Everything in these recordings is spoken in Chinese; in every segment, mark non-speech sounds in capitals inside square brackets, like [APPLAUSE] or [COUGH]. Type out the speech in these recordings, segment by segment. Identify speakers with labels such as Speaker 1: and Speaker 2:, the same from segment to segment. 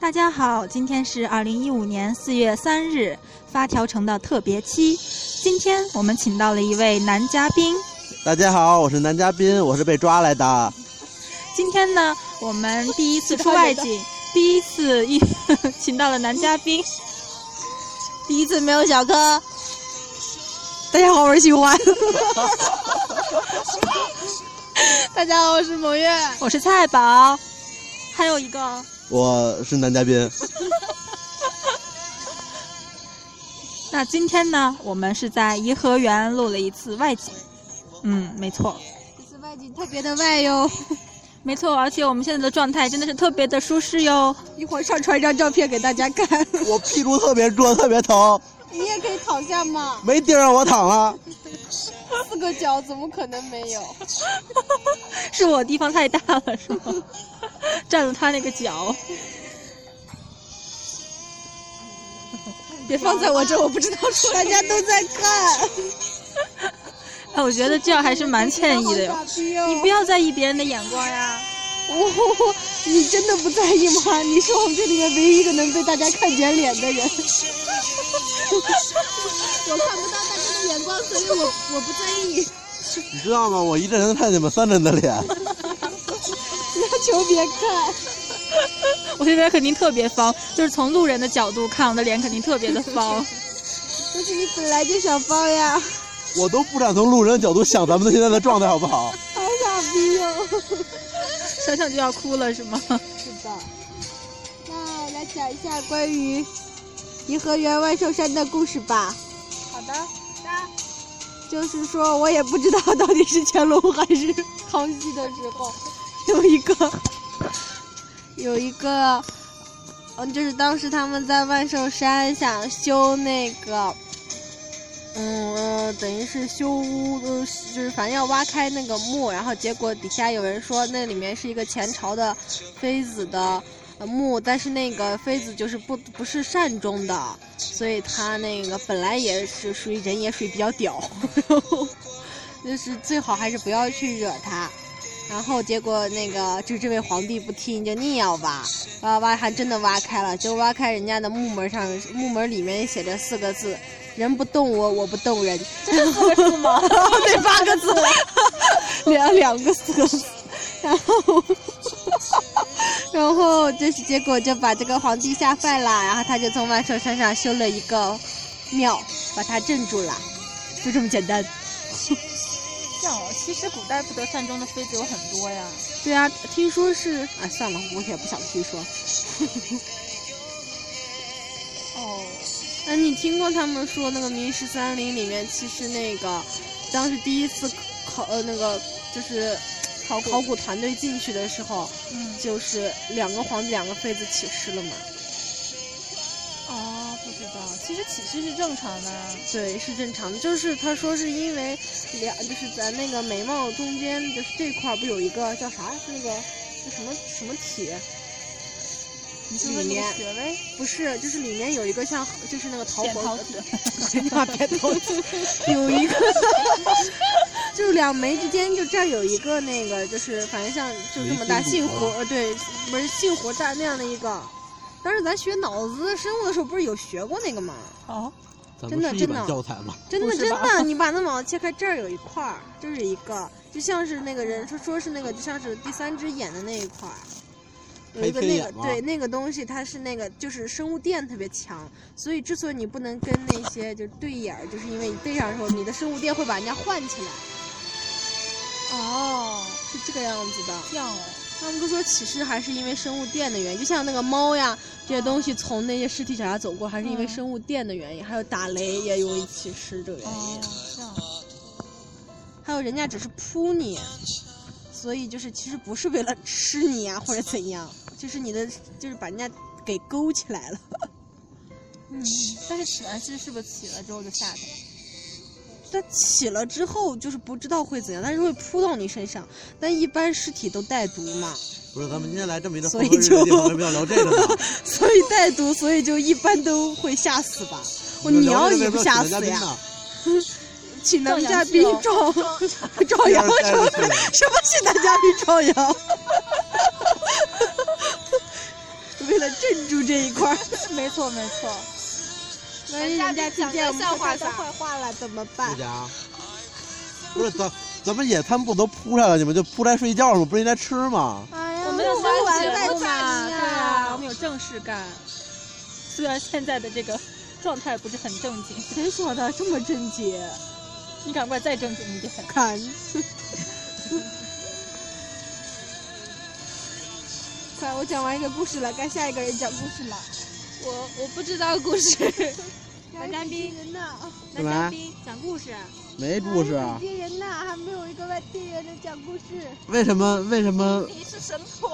Speaker 1: 大家好，今天是二零一五年四月三日发条城的特别期。今天我们请到了一位男嘉宾。
Speaker 2: 大家好，我是男嘉宾，我是被抓来的。
Speaker 1: 今天呢，我们第一次出外景，第一次一 [LAUGHS] 请到了男嘉宾。
Speaker 3: 第一次没有小柯，
Speaker 4: 大家好，我是
Speaker 1: [LAUGHS]
Speaker 4: 喜欢，
Speaker 3: 大家好，我是蒙月。
Speaker 1: 我是菜宝，还有一个
Speaker 2: 我是男嘉宾，
Speaker 1: [LAUGHS] 那今天呢，我们是在颐和园录了一次外景。嗯，没错，
Speaker 3: 这次外景特别的外哟，
Speaker 1: [LAUGHS] 没错，而且我们现在的状态真的是特别的舒适哟。
Speaker 4: 一会儿上传一张照片给大家看。
Speaker 2: 我屁股特别重，特别疼，
Speaker 3: 你也可以躺下嘛，
Speaker 2: 没地儿让我躺了。
Speaker 3: 四个脚怎么可能没有？
Speaker 1: [LAUGHS] 是我地方太大了，是吗？
Speaker 4: [LAUGHS]
Speaker 1: 占了他那个脚，
Speaker 4: 别放在我这，我不知道说。
Speaker 3: [LAUGHS] 大家都在看，
Speaker 1: 哎，我觉得这样还是蛮歉意的哟。
Speaker 4: [LAUGHS]
Speaker 3: 好傻逼哦
Speaker 1: 你不要在意别人的眼光呀。
Speaker 3: 我，你真的不在意吗？你是我们这里面唯一一个能被大家看见脸的人。 [LAUGHS] 我看不到大家的眼光，所以我我不在意。
Speaker 2: 你知道吗？我一阵能看你们三人的脸，
Speaker 3: [LAUGHS] 那求别看，
Speaker 1: [LAUGHS] 我这边肯定特别方，就是从路人的角度看，我的脸肯定特别的
Speaker 4: [LAUGHS]
Speaker 1: 方。
Speaker 3: 但是你本来 [LAUGHS] 就想包呀，
Speaker 2: 我都不敢从路人角度想咱们的现在的状态，好不好？
Speaker 3: 好傻逼哟、
Speaker 1: 想想就要哭了，是
Speaker 4: [LAUGHS]
Speaker 1: 吗？
Speaker 3: 是的。那来讲一下关于颐和园万寿山的故事吧。
Speaker 1: 好的，
Speaker 3: 就是说我也不知道到底是乾隆还是康熙的时候，有一个有一个，嗯，就是当时他们在万寿山想修那个，嗯，呃、等于是修屋，呃就是反正要挖开那个墓，然后结果底下有人说那里面是一个前朝的妃子的。呃墓，但是那个妃子就是不不是善终的，所以他那个本来也是属于人也属于比较屌，然后就是最好还是不要去惹他。然后结果那个就这位皇帝不听，就硬要挖，挖挖还真的挖开了，就挖开人家的木门上，木门里面写着四个字：人不动我，我不动人。 [LAUGHS] 对，八个字， [LAUGHS] 两两个四个字，然后， [LAUGHS] 然后就是结果就把这个皇帝吓坏了，然后他就从万寿山上修了一个庙，把他镇住了，就这么简单。
Speaker 4: 这样哦，其实古代不得善终的妃子有很多呀。
Speaker 3: 对啊，听说是啊，算了，我也不想听说。
Speaker 4: 哦，
Speaker 3: 哎，你听过他们说那个《明十三陵》里面，其实那个当时第一次考呃那个就是考考古团队进去的时候，
Speaker 4: 嗯，
Speaker 3: 就是两个皇帝两个妃子起事了嘛。
Speaker 4: 哦，不知道，其实起事是正常的。
Speaker 3: 对，是正常的。就是他说是因为两，就是咱那个眉毛中间，就是这块儿不有一个叫啥那个叫什么什么体？
Speaker 4: 你是说那
Speaker 3: 里
Speaker 4: 个
Speaker 3: 面
Speaker 4: 穴位？
Speaker 3: 不是，就是里面有一个像就是那个桃
Speaker 4: 扁
Speaker 3: 核
Speaker 4: 桃
Speaker 3: 的
Speaker 4: 体。 [LAUGHS]
Speaker 3: 你把别投资，有一个，就是两眉之间就这儿有一个那个，就是反正像就这么大
Speaker 2: 眉心
Speaker 3: 杏
Speaker 2: 骨
Speaker 3: 核，对，不是杏核大那样的一个。当时咱学脑子生物的时候，不是有学过那个吗？
Speaker 4: 哦，
Speaker 2: 咱
Speaker 3: 真的
Speaker 2: 们是一
Speaker 3: 真的
Speaker 2: 本教材吗？
Speaker 3: 真
Speaker 4: 不
Speaker 3: 的
Speaker 4: 是
Speaker 3: 真
Speaker 4: 吧
Speaker 3: 的，你把那脑切开，这儿有一块儿，就是一个，就像是那个人说说是那个，就像是第三只眼的那一块儿。有一个
Speaker 2: 黑天
Speaker 3: 那
Speaker 2: 眼
Speaker 3: 个
Speaker 2: 吗
Speaker 3: 对那个东西，它是那个就是生物电特别强，所以之所以你不能跟那些就对眼儿，就是因为你对上的时候，你的生物电会把人家唤起来，
Speaker 4: 哦，
Speaker 3: 是这个样子的。
Speaker 4: 这样哦。
Speaker 3: 他们都说起尸还是因为生物电的原因，就像那个猫呀这些东西从那些尸体脚下走过，还是因为
Speaker 4: 嗯
Speaker 3: 生物电的原因，还有打雷也容易起尸这个原因
Speaker 4: 哦。，这样。
Speaker 3: 还有人家只是扑你，所以就是其实不是为了吃你呀、或者怎样，就是你的就是把人家给勾起来了。 [LAUGHS]
Speaker 4: 嗯，但是起完事是不是起了之后就吓的？
Speaker 3: 它起了之后就是不知道会怎样，但是会扑到你身上。但一般尸体都带毒嘛，
Speaker 2: 不是，咱们今天来这么一个
Speaker 3: 所以
Speaker 2: 风和日丽的地
Speaker 3: 就
Speaker 2: 方，为什么要聊这个呢？
Speaker 3: 所以带毒，所以就一般都会吓死吧。 [LAUGHS] 我
Speaker 2: 们
Speaker 3: 你
Speaker 2: 聊
Speaker 3: 要
Speaker 2: 这个为
Speaker 3: 也不
Speaker 2: 什么要
Speaker 3: 吓
Speaker 2: 请男
Speaker 4: 赵
Speaker 2: 嘉宾呢？
Speaker 3: 死呀，请男嘉
Speaker 4: 阳
Speaker 3: 宾
Speaker 4: 秀
Speaker 3: 赵 [LAUGHS] 赵阳
Speaker 2: 这样
Speaker 3: 成
Speaker 2: 带着去
Speaker 3: 什 [LAUGHS] 么是男嘉宾朝阳？为了这镇住这一块儿，
Speaker 4: 没错没错，
Speaker 3: 万一人家听见我们说他的坏话了怎么办
Speaker 2: 不？家，不是咱咱们野餐不能铺下来，你们就铺来睡觉吗？不是应该吃吗？
Speaker 3: 哎呀，
Speaker 4: 我们要
Speaker 3: 录
Speaker 4: 相
Speaker 3: 完
Speaker 4: 信
Speaker 3: 再
Speaker 4: 我
Speaker 3: 骂
Speaker 4: 对
Speaker 3: 呀
Speaker 4: 啊，我们有正事干。虽然现在的这个状态不是很正经，
Speaker 3: 谁说的这么贞洁？
Speaker 4: 你赶快再正经一点。
Speaker 3: [LAUGHS] 看，快，我讲完一个故事了，该下一个人讲故事了。
Speaker 5: 我我不知道故事。
Speaker 3: 男
Speaker 5: 嘉宾
Speaker 3: 人呢？
Speaker 2: 干嘛
Speaker 5: 嘉宾讲故
Speaker 4: 啊
Speaker 5: 事，
Speaker 2: 没故事
Speaker 3: 外
Speaker 2: 啊？
Speaker 3: 地人呢？还没有一个外地人能讲故事。
Speaker 2: 为什么？为什么？
Speaker 5: 你是神婆。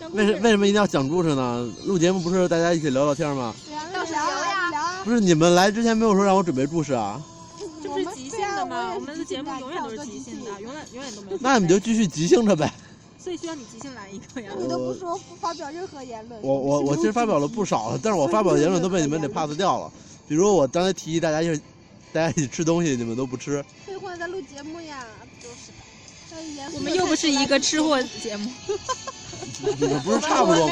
Speaker 5: 讲故
Speaker 2: 为什
Speaker 5: 事，
Speaker 2: 为什么一定要讲故事呢？录节目不是大家一起聊聊天吗？
Speaker 3: 聊
Speaker 5: 到
Speaker 3: 一
Speaker 5: 时
Speaker 3: 聊
Speaker 5: 聊
Speaker 3: 啊
Speaker 5: 呀
Speaker 3: 聊啊，
Speaker 2: 不是你们来之前没有说让我准备故事啊？
Speaker 4: 这不
Speaker 3: 我
Speaker 4: 是
Speaker 3: 们
Speaker 4: 即兴
Speaker 3: 对啊
Speaker 4: 的吗？
Speaker 3: 我
Speaker 4: 我
Speaker 3: 也
Speaker 4: 们
Speaker 3: 是
Speaker 4: 的节
Speaker 3: 即兴
Speaker 4: 目永远
Speaker 3: 跳
Speaker 4: 都
Speaker 3: 个
Speaker 4: 是
Speaker 3: 即
Speaker 4: 即兴的，
Speaker 3: 兴
Speaker 4: 永远永远都没有。
Speaker 2: 那你们就继续即兴着呗。
Speaker 4: 所以需要你即兴来一个呀。
Speaker 3: 你都不说不发表任何言论。
Speaker 2: 呃我我我其实发表了不少了，但是我发表的言论都被你们给 pass 掉了。比如我刚才提议大家一起大家一起吃东西，你们都不吃。
Speaker 3: 废话，在录节目呀，就是的。要严肃
Speaker 4: 我
Speaker 3: 地
Speaker 4: 们又不是一个吃货节目，
Speaker 2: 你们不
Speaker 4: [LAUGHS]
Speaker 2: 是差不 [LAUGHS] 多？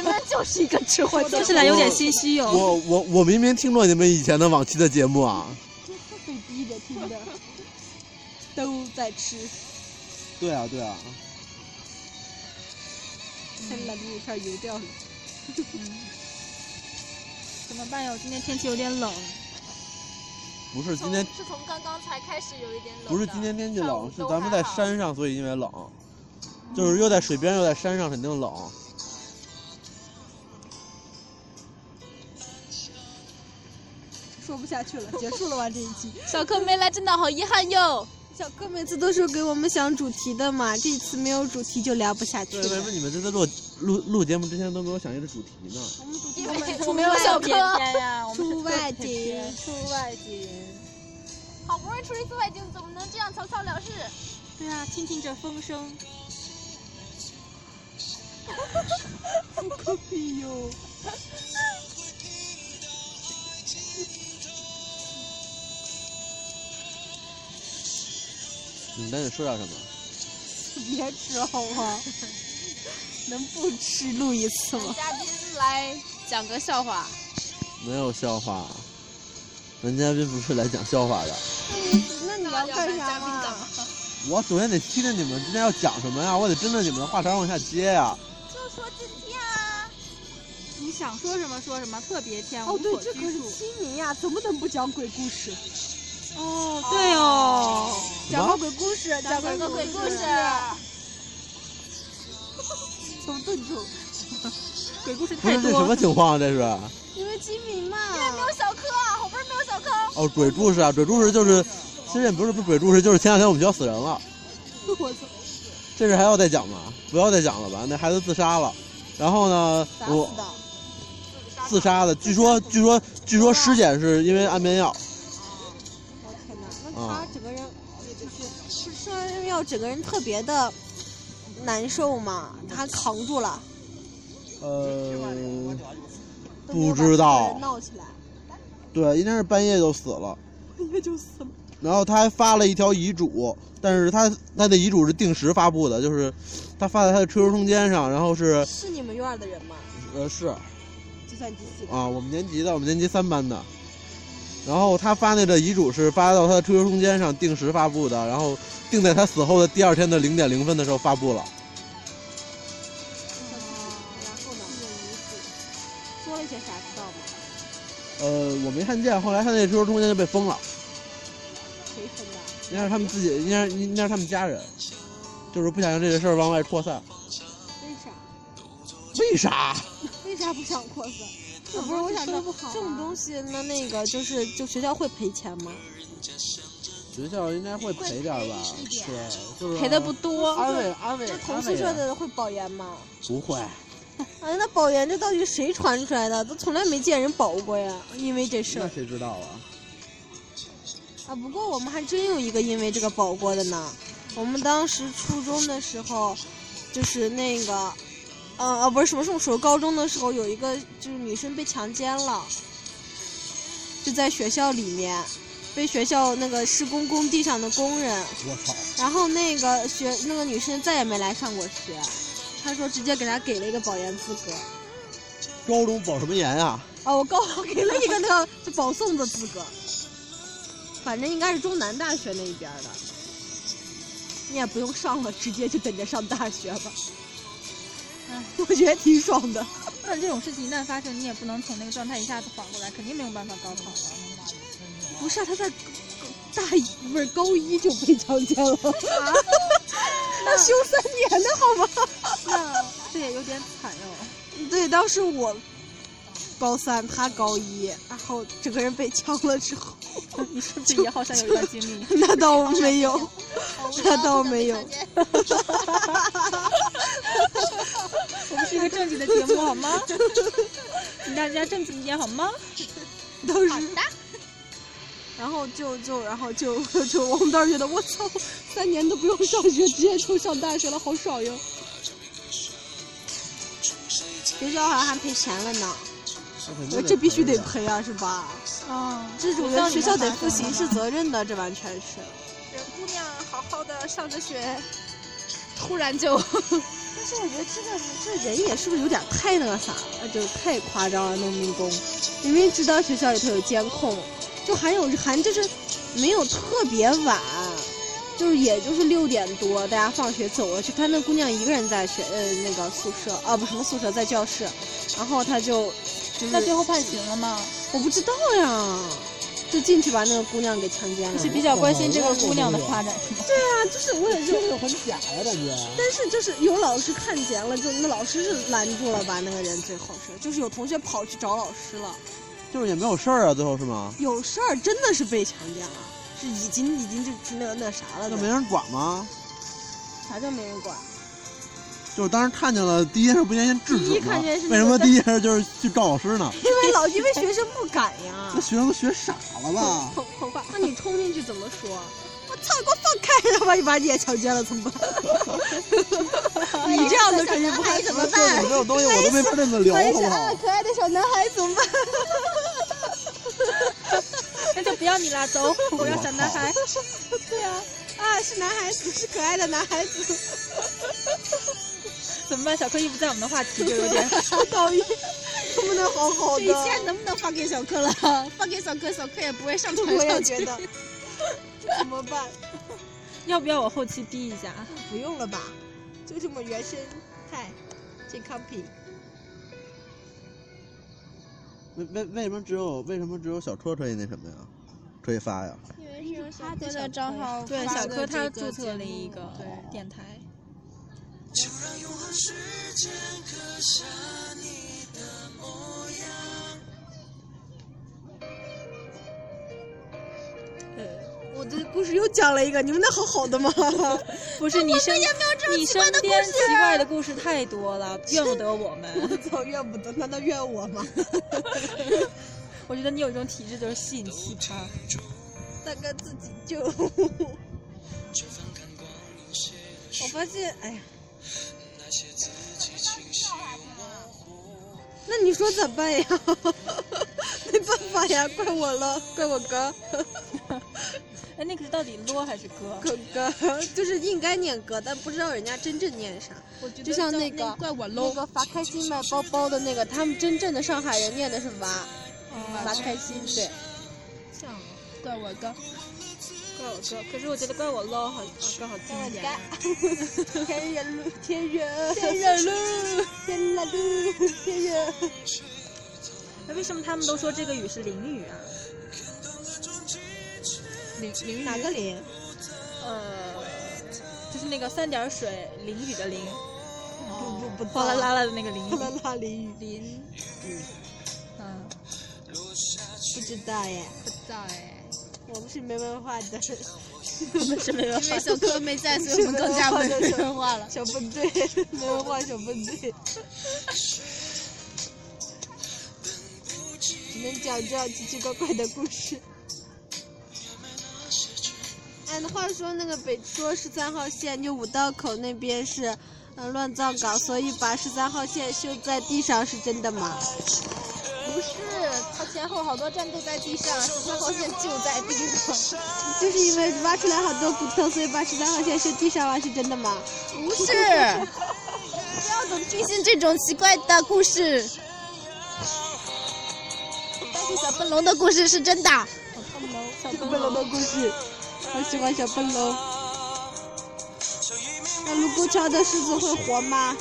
Speaker 4: 听起来有点心虚哦。
Speaker 2: 我我我明明听过你们以前的往期的节目啊。
Speaker 3: 被逼着听的，都在吃，
Speaker 2: 对啊对啊，
Speaker 3: 趁了录一片油掉了。嗯
Speaker 4: 怎么办呀？我今天天气有点冷，
Speaker 2: 不是今
Speaker 5: 从
Speaker 2: 天
Speaker 5: 是从刚刚才开始有一点冷的。
Speaker 2: 不是今天天气
Speaker 5: 上午
Speaker 2: 冷，是
Speaker 5: 都
Speaker 2: 咱们
Speaker 5: 还
Speaker 2: 在
Speaker 5: 好。
Speaker 2: 山上，所以因为冷，就是又在水边又在山上，肯定冷。
Speaker 3: 说不下去了，结束了吧这一期。
Speaker 5: 小柯没来，真的好遗憾哟。
Speaker 3: [LAUGHS] 小哥每次都是给我们想主题的嘛，这一次没有主题就聊不下去
Speaker 2: 对，为什么
Speaker 3: 了。
Speaker 2: 你们这次录录录节目之前都没有想一个主题呢？
Speaker 3: 我们主题
Speaker 5: 因为
Speaker 3: 是
Speaker 5: 我没有小柯
Speaker 4: 天天呀，我们
Speaker 3: 出外景
Speaker 4: 出外景。
Speaker 5: [LAUGHS]
Speaker 3: [LAUGHS]
Speaker 5: 好不容易出一次外景，怎么能这样草草了事？
Speaker 4: 对啊，听听这风声，
Speaker 3: 哎呦，
Speaker 2: 你赶紧说点什么？
Speaker 3: [LAUGHS] 别吃好吗？能不吃录一次吗？
Speaker 5: 嘉宾来讲个笑话。
Speaker 2: 没有笑话，人嘉宾不是来讲笑话的。
Speaker 3: 那你要干啥嘛？
Speaker 2: 我首先得听听你们今天要讲什么呀，我得跟着你们的话茬往下接呀。
Speaker 5: 就说今天啊，
Speaker 4: 你想说什么说什么，特别天，
Speaker 3: 哦，
Speaker 4: 无
Speaker 3: 对
Speaker 4: 所，
Speaker 3: 这可
Speaker 4: 拘
Speaker 3: 是
Speaker 4: 束。
Speaker 3: 清明呀，怎么能不讲鬼故事？
Speaker 4: 哦，对哦，
Speaker 2: 什
Speaker 3: 讲
Speaker 2: 么
Speaker 3: 个？鬼故事，讲
Speaker 5: 讲个鬼故事。
Speaker 3: 从顿住，
Speaker 4: 鬼故事
Speaker 2: 不
Speaker 4: 太
Speaker 2: 是这
Speaker 4: 多。
Speaker 2: 什么情况啊？这是？
Speaker 3: 因为清明嘛。
Speaker 5: 没有小柯啊，好不容易没有小柯。
Speaker 2: 哦，鬼故事啊，鬼故事就是，其实也不是不是鬼故事，就是前两天我们学校死人了，
Speaker 3: 我操，
Speaker 2: 这事还要再讲吗？不要再讲了吧，那孩子自杀了。然后呢，
Speaker 3: 咋
Speaker 2: 我
Speaker 3: 死的？
Speaker 2: 自杀的，据说据说据说尸检是因为安眠药，
Speaker 3: 我天哪，那
Speaker 2: 啊
Speaker 3: 他整个人就是吃安眠药，整个人特别的难受嘛，他扛住了，
Speaker 2: 呃，
Speaker 3: 都没有
Speaker 2: 不知道
Speaker 3: 把整个人闹起来，
Speaker 2: 对，应该是半夜就死了。
Speaker 3: [LAUGHS] 应该就死了。
Speaker 2: 然后他还发了一条遗嘱，但是他他的遗嘱是定时发布的，就是他发在他的 QQ 空间上，然后是
Speaker 3: 是你们院儿的人吗？
Speaker 2: 呃是
Speaker 3: 计算机系的。
Speaker 2: 啊，我们年级的，我们年级三班的。然后他发那个遗嘱是发到他的 QQ 空间上定时发布的，然后定在他死后的第二天的零点零分的时候发布了。
Speaker 3: 然后呢？说了些啥知道吗？
Speaker 2: 呃，我没看见，后来他那 QQ 空间就被封了，
Speaker 3: 谁分的？
Speaker 2: 应该是他们自己，应该是应该是他们家人，就是不想让这个事儿往外扩散。
Speaker 3: 为啥？
Speaker 2: 为啥？
Speaker 3: 为啥不想扩散？
Speaker 4: 这
Speaker 3: 不是我想
Speaker 4: 说
Speaker 3: 说
Speaker 4: 不好吗
Speaker 3: 这种东西，那那个就是就学校会赔钱吗？
Speaker 2: 学校应该会赔点儿吧？对，就是
Speaker 3: 赔的不多。
Speaker 2: 安慰安慰
Speaker 3: 那
Speaker 2: 安
Speaker 3: 同
Speaker 2: 慰
Speaker 3: 宿舍
Speaker 2: 人
Speaker 3: 的会保研吗？
Speaker 2: 不会，
Speaker 3: 哎，那保研这到底谁传出来的？都从来没见人保过呀，因为这事
Speaker 2: 那
Speaker 3: 儿
Speaker 2: 谁知道啊？
Speaker 3: 啊。不过我们还真有一个因为这个保过的呢。我们当时初中的时候，就是那个，呃呃，不是什么什么时候，高中的时候有一个就是女生被强奸了，就在学校里面，被学校那个施工工地上的工人，
Speaker 2: 我操！
Speaker 3: 然后那个学那个女生再也没来上过学，他说直接给他给了一个保研资格。
Speaker 2: 高中保什么研啊？
Speaker 3: 啊，我高考给了一个那个就保送的资格，反正应该是中南大学那一边儿的，你也不用上了，直接就等着上大学吧。
Speaker 4: 唉
Speaker 3: 我觉得挺爽的。
Speaker 4: 但这种事情一旦发生，你也不能从那个状态一下子缓过来，肯定没有办法啊高考了。
Speaker 3: 不是、啊，他在高大一不是高一就被强奸了，他休三年的好吗？ [LAUGHS]
Speaker 4: 那这也有点惨哦。
Speaker 3: 对，当时我高三，他高一，然后整个人被枪了之后，
Speaker 4: 你是不是也好像有一段经历？
Speaker 3: 那倒没有。那
Speaker 5: 那
Speaker 3: 倒没有
Speaker 4: [LAUGHS] 我们是一个正经的节目好吗？请大家正经一点好吗？
Speaker 3: 当时，然后就就然后就就我们当时觉得我操，三年都不用上学，直接就上大学了，好爽哟！学校好像还赔钱了呢，我这必须得赔啊，是吧？
Speaker 4: 啊，
Speaker 3: 这种人学校得负刑事责任的，这完全是。
Speaker 5: 姑娘好好的上着学，突然就
Speaker 3: [LAUGHS] 但是我觉得真的是这人也是不是有点太那个啥了，就太夸张了。农民工明明知道学校里头有监控，就还有还就是没有特别晚，就是也就是六点多大家放学走了去，看那姑娘一个人在学呃那个宿舍啊不什么宿舍在教室，然后她就就是
Speaker 4: [LAUGHS] 那最后判刑了吗？
Speaker 3: 我不知道呀，就进去把那个姑娘给强奸了。
Speaker 4: 是比较关心这个姑娘的发展是吗？
Speaker 3: 啊，就是我也就
Speaker 6: 这个很假呀，感觉。
Speaker 3: 但是就是有老师看见了，就那老师是拦住了吧？那个人最后是，就是有同学跑去找老师了，
Speaker 2: 就是也没有事儿啊，最后是吗？
Speaker 3: 有事儿真的是被强奸了，是已经已经就那那啥了
Speaker 2: 那
Speaker 3: 的，
Speaker 2: 没人管吗？
Speaker 3: 啥叫没人管？
Speaker 2: 就是当时看见了，第一件事不应该先制
Speaker 4: 第一
Speaker 2: 止吗
Speaker 4: 看见是？
Speaker 2: 为什么第一件事就是去告老师呢？
Speaker 3: 因为老因为学生不敢呀
Speaker 2: 那，学生都学傻了吧？
Speaker 3: 那你冲进去怎么说？我操，给我放开！然后把你把你也强奸了怎么办？你这样的可是不 [LAUGHS] 太 [LAUGHS] 哎怎么
Speaker 2: 就你这种东西我都没法这么聊，好不好？
Speaker 3: 可爱的小男孩怎么办？
Speaker 4: [LAUGHS] 那就不要你啦， [LAUGHS] 走，我要小男孩。
Speaker 3: [LAUGHS] 对啊，啊是男孩子，是可爱的男孩子。 [LAUGHS]
Speaker 4: 怎么办？小柯一不在，我们的话题就有 [LAUGHS] 点……
Speaker 3: 导演能不能好好
Speaker 5: 这一切能不能发给小柯了？ [LAUGHS] 发给小柯，小柯也不会上传上去。
Speaker 3: 得， [LAUGHS] 怎么办？
Speaker 4: 要不要我后期逼一下？
Speaker 3: 不用了吧，就这么原生态，健康品。
Speaker 2: 为为为什么只有为什么只有小车可以那什么呀？可以发呀？
Speaker 5: 因为是用小柯的账号
Speaker 4: 对，
Speaker 5: 发
Speaker 4: 小
Speaker 5: 的
Speaker 4: 柯他
Speaker 5: 这个
Speaker 4: 注册了
Speaker 5: 节目
Speaker 4: 一个
Speaker 5: 对
Speaker 4: 电台。
Speaker 3: 我的故事又讲了一个，你们那好好的 [LAUGHS] 吗？
Speaker 4: 不是你身你身边奇怪的故事太多了，怨不得我们。
Speaker 3: 操，怨不得，难道怨我吗？
Speaker 4: 我觉得你有一种体质，就是啊吸引奇葩。
Speaker 3: 大哥自己 [LAUGHS] 就。我发现，哎呀。那你说咋办呀？ [LAUGHS] 没办法呀，怪我了，怪我哥， [LAUGHS]
Speaker 4: 哎，那个是到底咯还是哥？
Speaker 3: 哥哥，就是应该念哥，但不知道人家真正念啥。
Speaker 4: 我觉
Speaker 3: 就像那个
Speaker 4: 怪我
Speaker 3: 那个发开心卖包包的那个，他们真正的上海人念的是娃，
Speaker 4: 啊
Speaker 3: 娃开心，对，
Speaker 5: 怪我哥，
Speaker 4: 嗯怪我哥，可是我觉得怪我咯好，啊哥好经典啊。
Speaker 3: [LAUGHS] 天热路，天
Speaker 4: [LAUGHS]
Speaker 3: 热，天热路，天热路，天热。
Speaker 4: 哎，为什么他们都说这个雨是淋雨啊？
Speaker 3: 淋淋哪个淋？
Speaker 4: 呃，就是那个三点水淋雨的淋，
Speaker 3: 不不不，
Speaker 4: 哗啦啦啦的那个淋
Speaker 3: 哗啦
Speaker 4: 雨。
Speaker 3: 啦淋雨，
Speaker 4: 淋，嗯，
Speaker 3: 不知道耶，
Speaker 5: 不在哎，
Speaker 3: 我们是没文化的
Speaker 4: 我们是没办
Speaker 5: 因
Speaker 4: 法
Speaker 5: 为。小柯没在，所以我们更加没人话了。
Speaker 3: 小分队，没文化小分队，只能讲这样奇奇怪怪的故事。哎，那话说那个北说十三号线就五道口那边是，嗯，乱葬岗，所以把十三号线修在地上是真的吗？
Speaker 5: 不是，他前后好多站都在地上，十三号线就在地上。
Speaker 3: 就是因为挖出来好多骨头，所以把十三号线修地上了，是真的吗？
Speaker 5: 不是，不要总听信这种奇怪的故事。但是小笨龙的故事是真的。
Speaker 4: 小
Speaker 3: 小
Speaker 4: 灯
Speaker 3: 笨龙
Speaker 4: 笼
Speaker 3: 的故事，好喜欢小笨龙。那卢沟桥的狮子会活吗？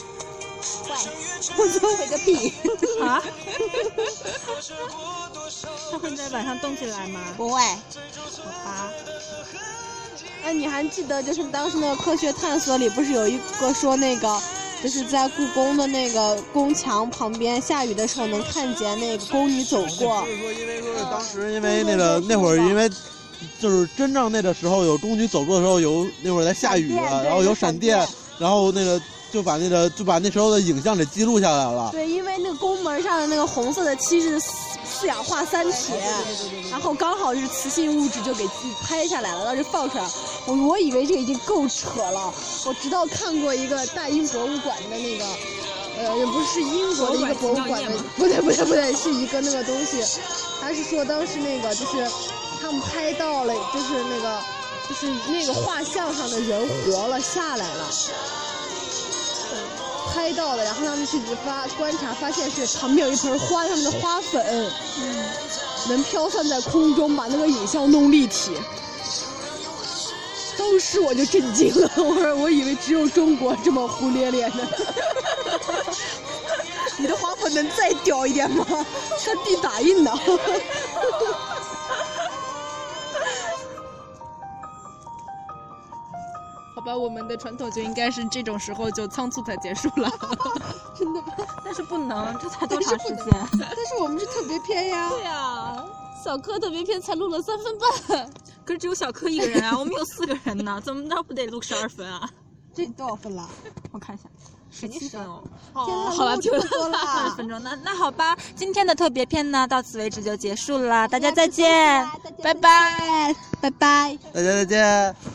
Speaker 5: 坏，
Speaker 3: 我就会个屁！
Speaker 4: [LAUGHS]
Speaker 3: [LAUGHS]
Speaker 4: 啊？它会在晚上动起来吗？
Speaker 5: 不会。
Speaker 4: 好吧。
Speaker 3: 那你还记得就是当时那个科学探索里不是有一个说那个，就是在故宫的那个宫墙旁边下雨的时候能看见那个宫女走过
Speaker 2: 不。是说因为说是当时因为那个那会儿因为。嗯就是真正那个时候有宫女走路的时候有那会儿在下雨
Speaker 3: 闪电
Speaker 2: 了，
Speaker 3: 对
Speaker 2: 然后有
Speaker 3: 有
Speaker 2: 闪
Speaker 3: 闪
Speaker 2: 电
Speaker 3: 电，
Speaker 2: 然后那个就把那个就把那时候的影像给记录下来了。
Speaker 3: 对，因为那个宫门上的那个红色的漆是四四氧化三铁，然后刚好就是磁性物质就给自己拍下来了，然后就放出来了。我我以为这已经够扯了，我直到看过一个大英博物馆的那个，呃，也不是英国的一个博物馆的，不对不对不对，是一个那个东西，他是说当时那个就是他们拍到了，就是那个就是那个画像上的人活了下来了。拍到的，然后他们去发观察，发现是旁边有一盆花，上面的花粉，嗯能飘散在空中，把那个影像弄立体。当时我就震惊了，我说我以为只有中国这么胡咧咧呢。你的花粉能再屌一点吗？山地打印呢？
Speaker 4: 好吧，我们的传统就应该是这种时候就仓促才结束了。
Speaker 3: 真的吗？
Speaker 4: 但是不能，这才多
Speaker 3: 但是
Speaker 4: 长
Speaker 3: 不
Speaker 4: 时
Speaker 3: 能 [LAUGHS]
Speaker 4: 间？
Speaker 3: 但是我们是特别篇呀。
Speaker 5: 对啊，小柯特别篇才录了三分半，
Speaker 4: 可是只有小柯一个人啊，我们有四个人呢，怎么着不得录十二分啊？
Speaker 3: 这多少分了？
Speaker 4: 我看一下，十七分哦。
Speaker 3: 天呐，
Speaker 4: 好了，
Speaker 3: 录
Speaker 4: 就
Speaker 3: 这么 [LAUGHS] 多
Speaker 4: 二十
Speaker 3: 了。
Speaker 4: 分钟，那那好吧，今天的特别片呢，到此为止就结束了，大家再见，
Speaker 5: 大家
Speaker 4: 拜拜。
Speaker 3: 拜拜。
Speaker 2: 大家再见。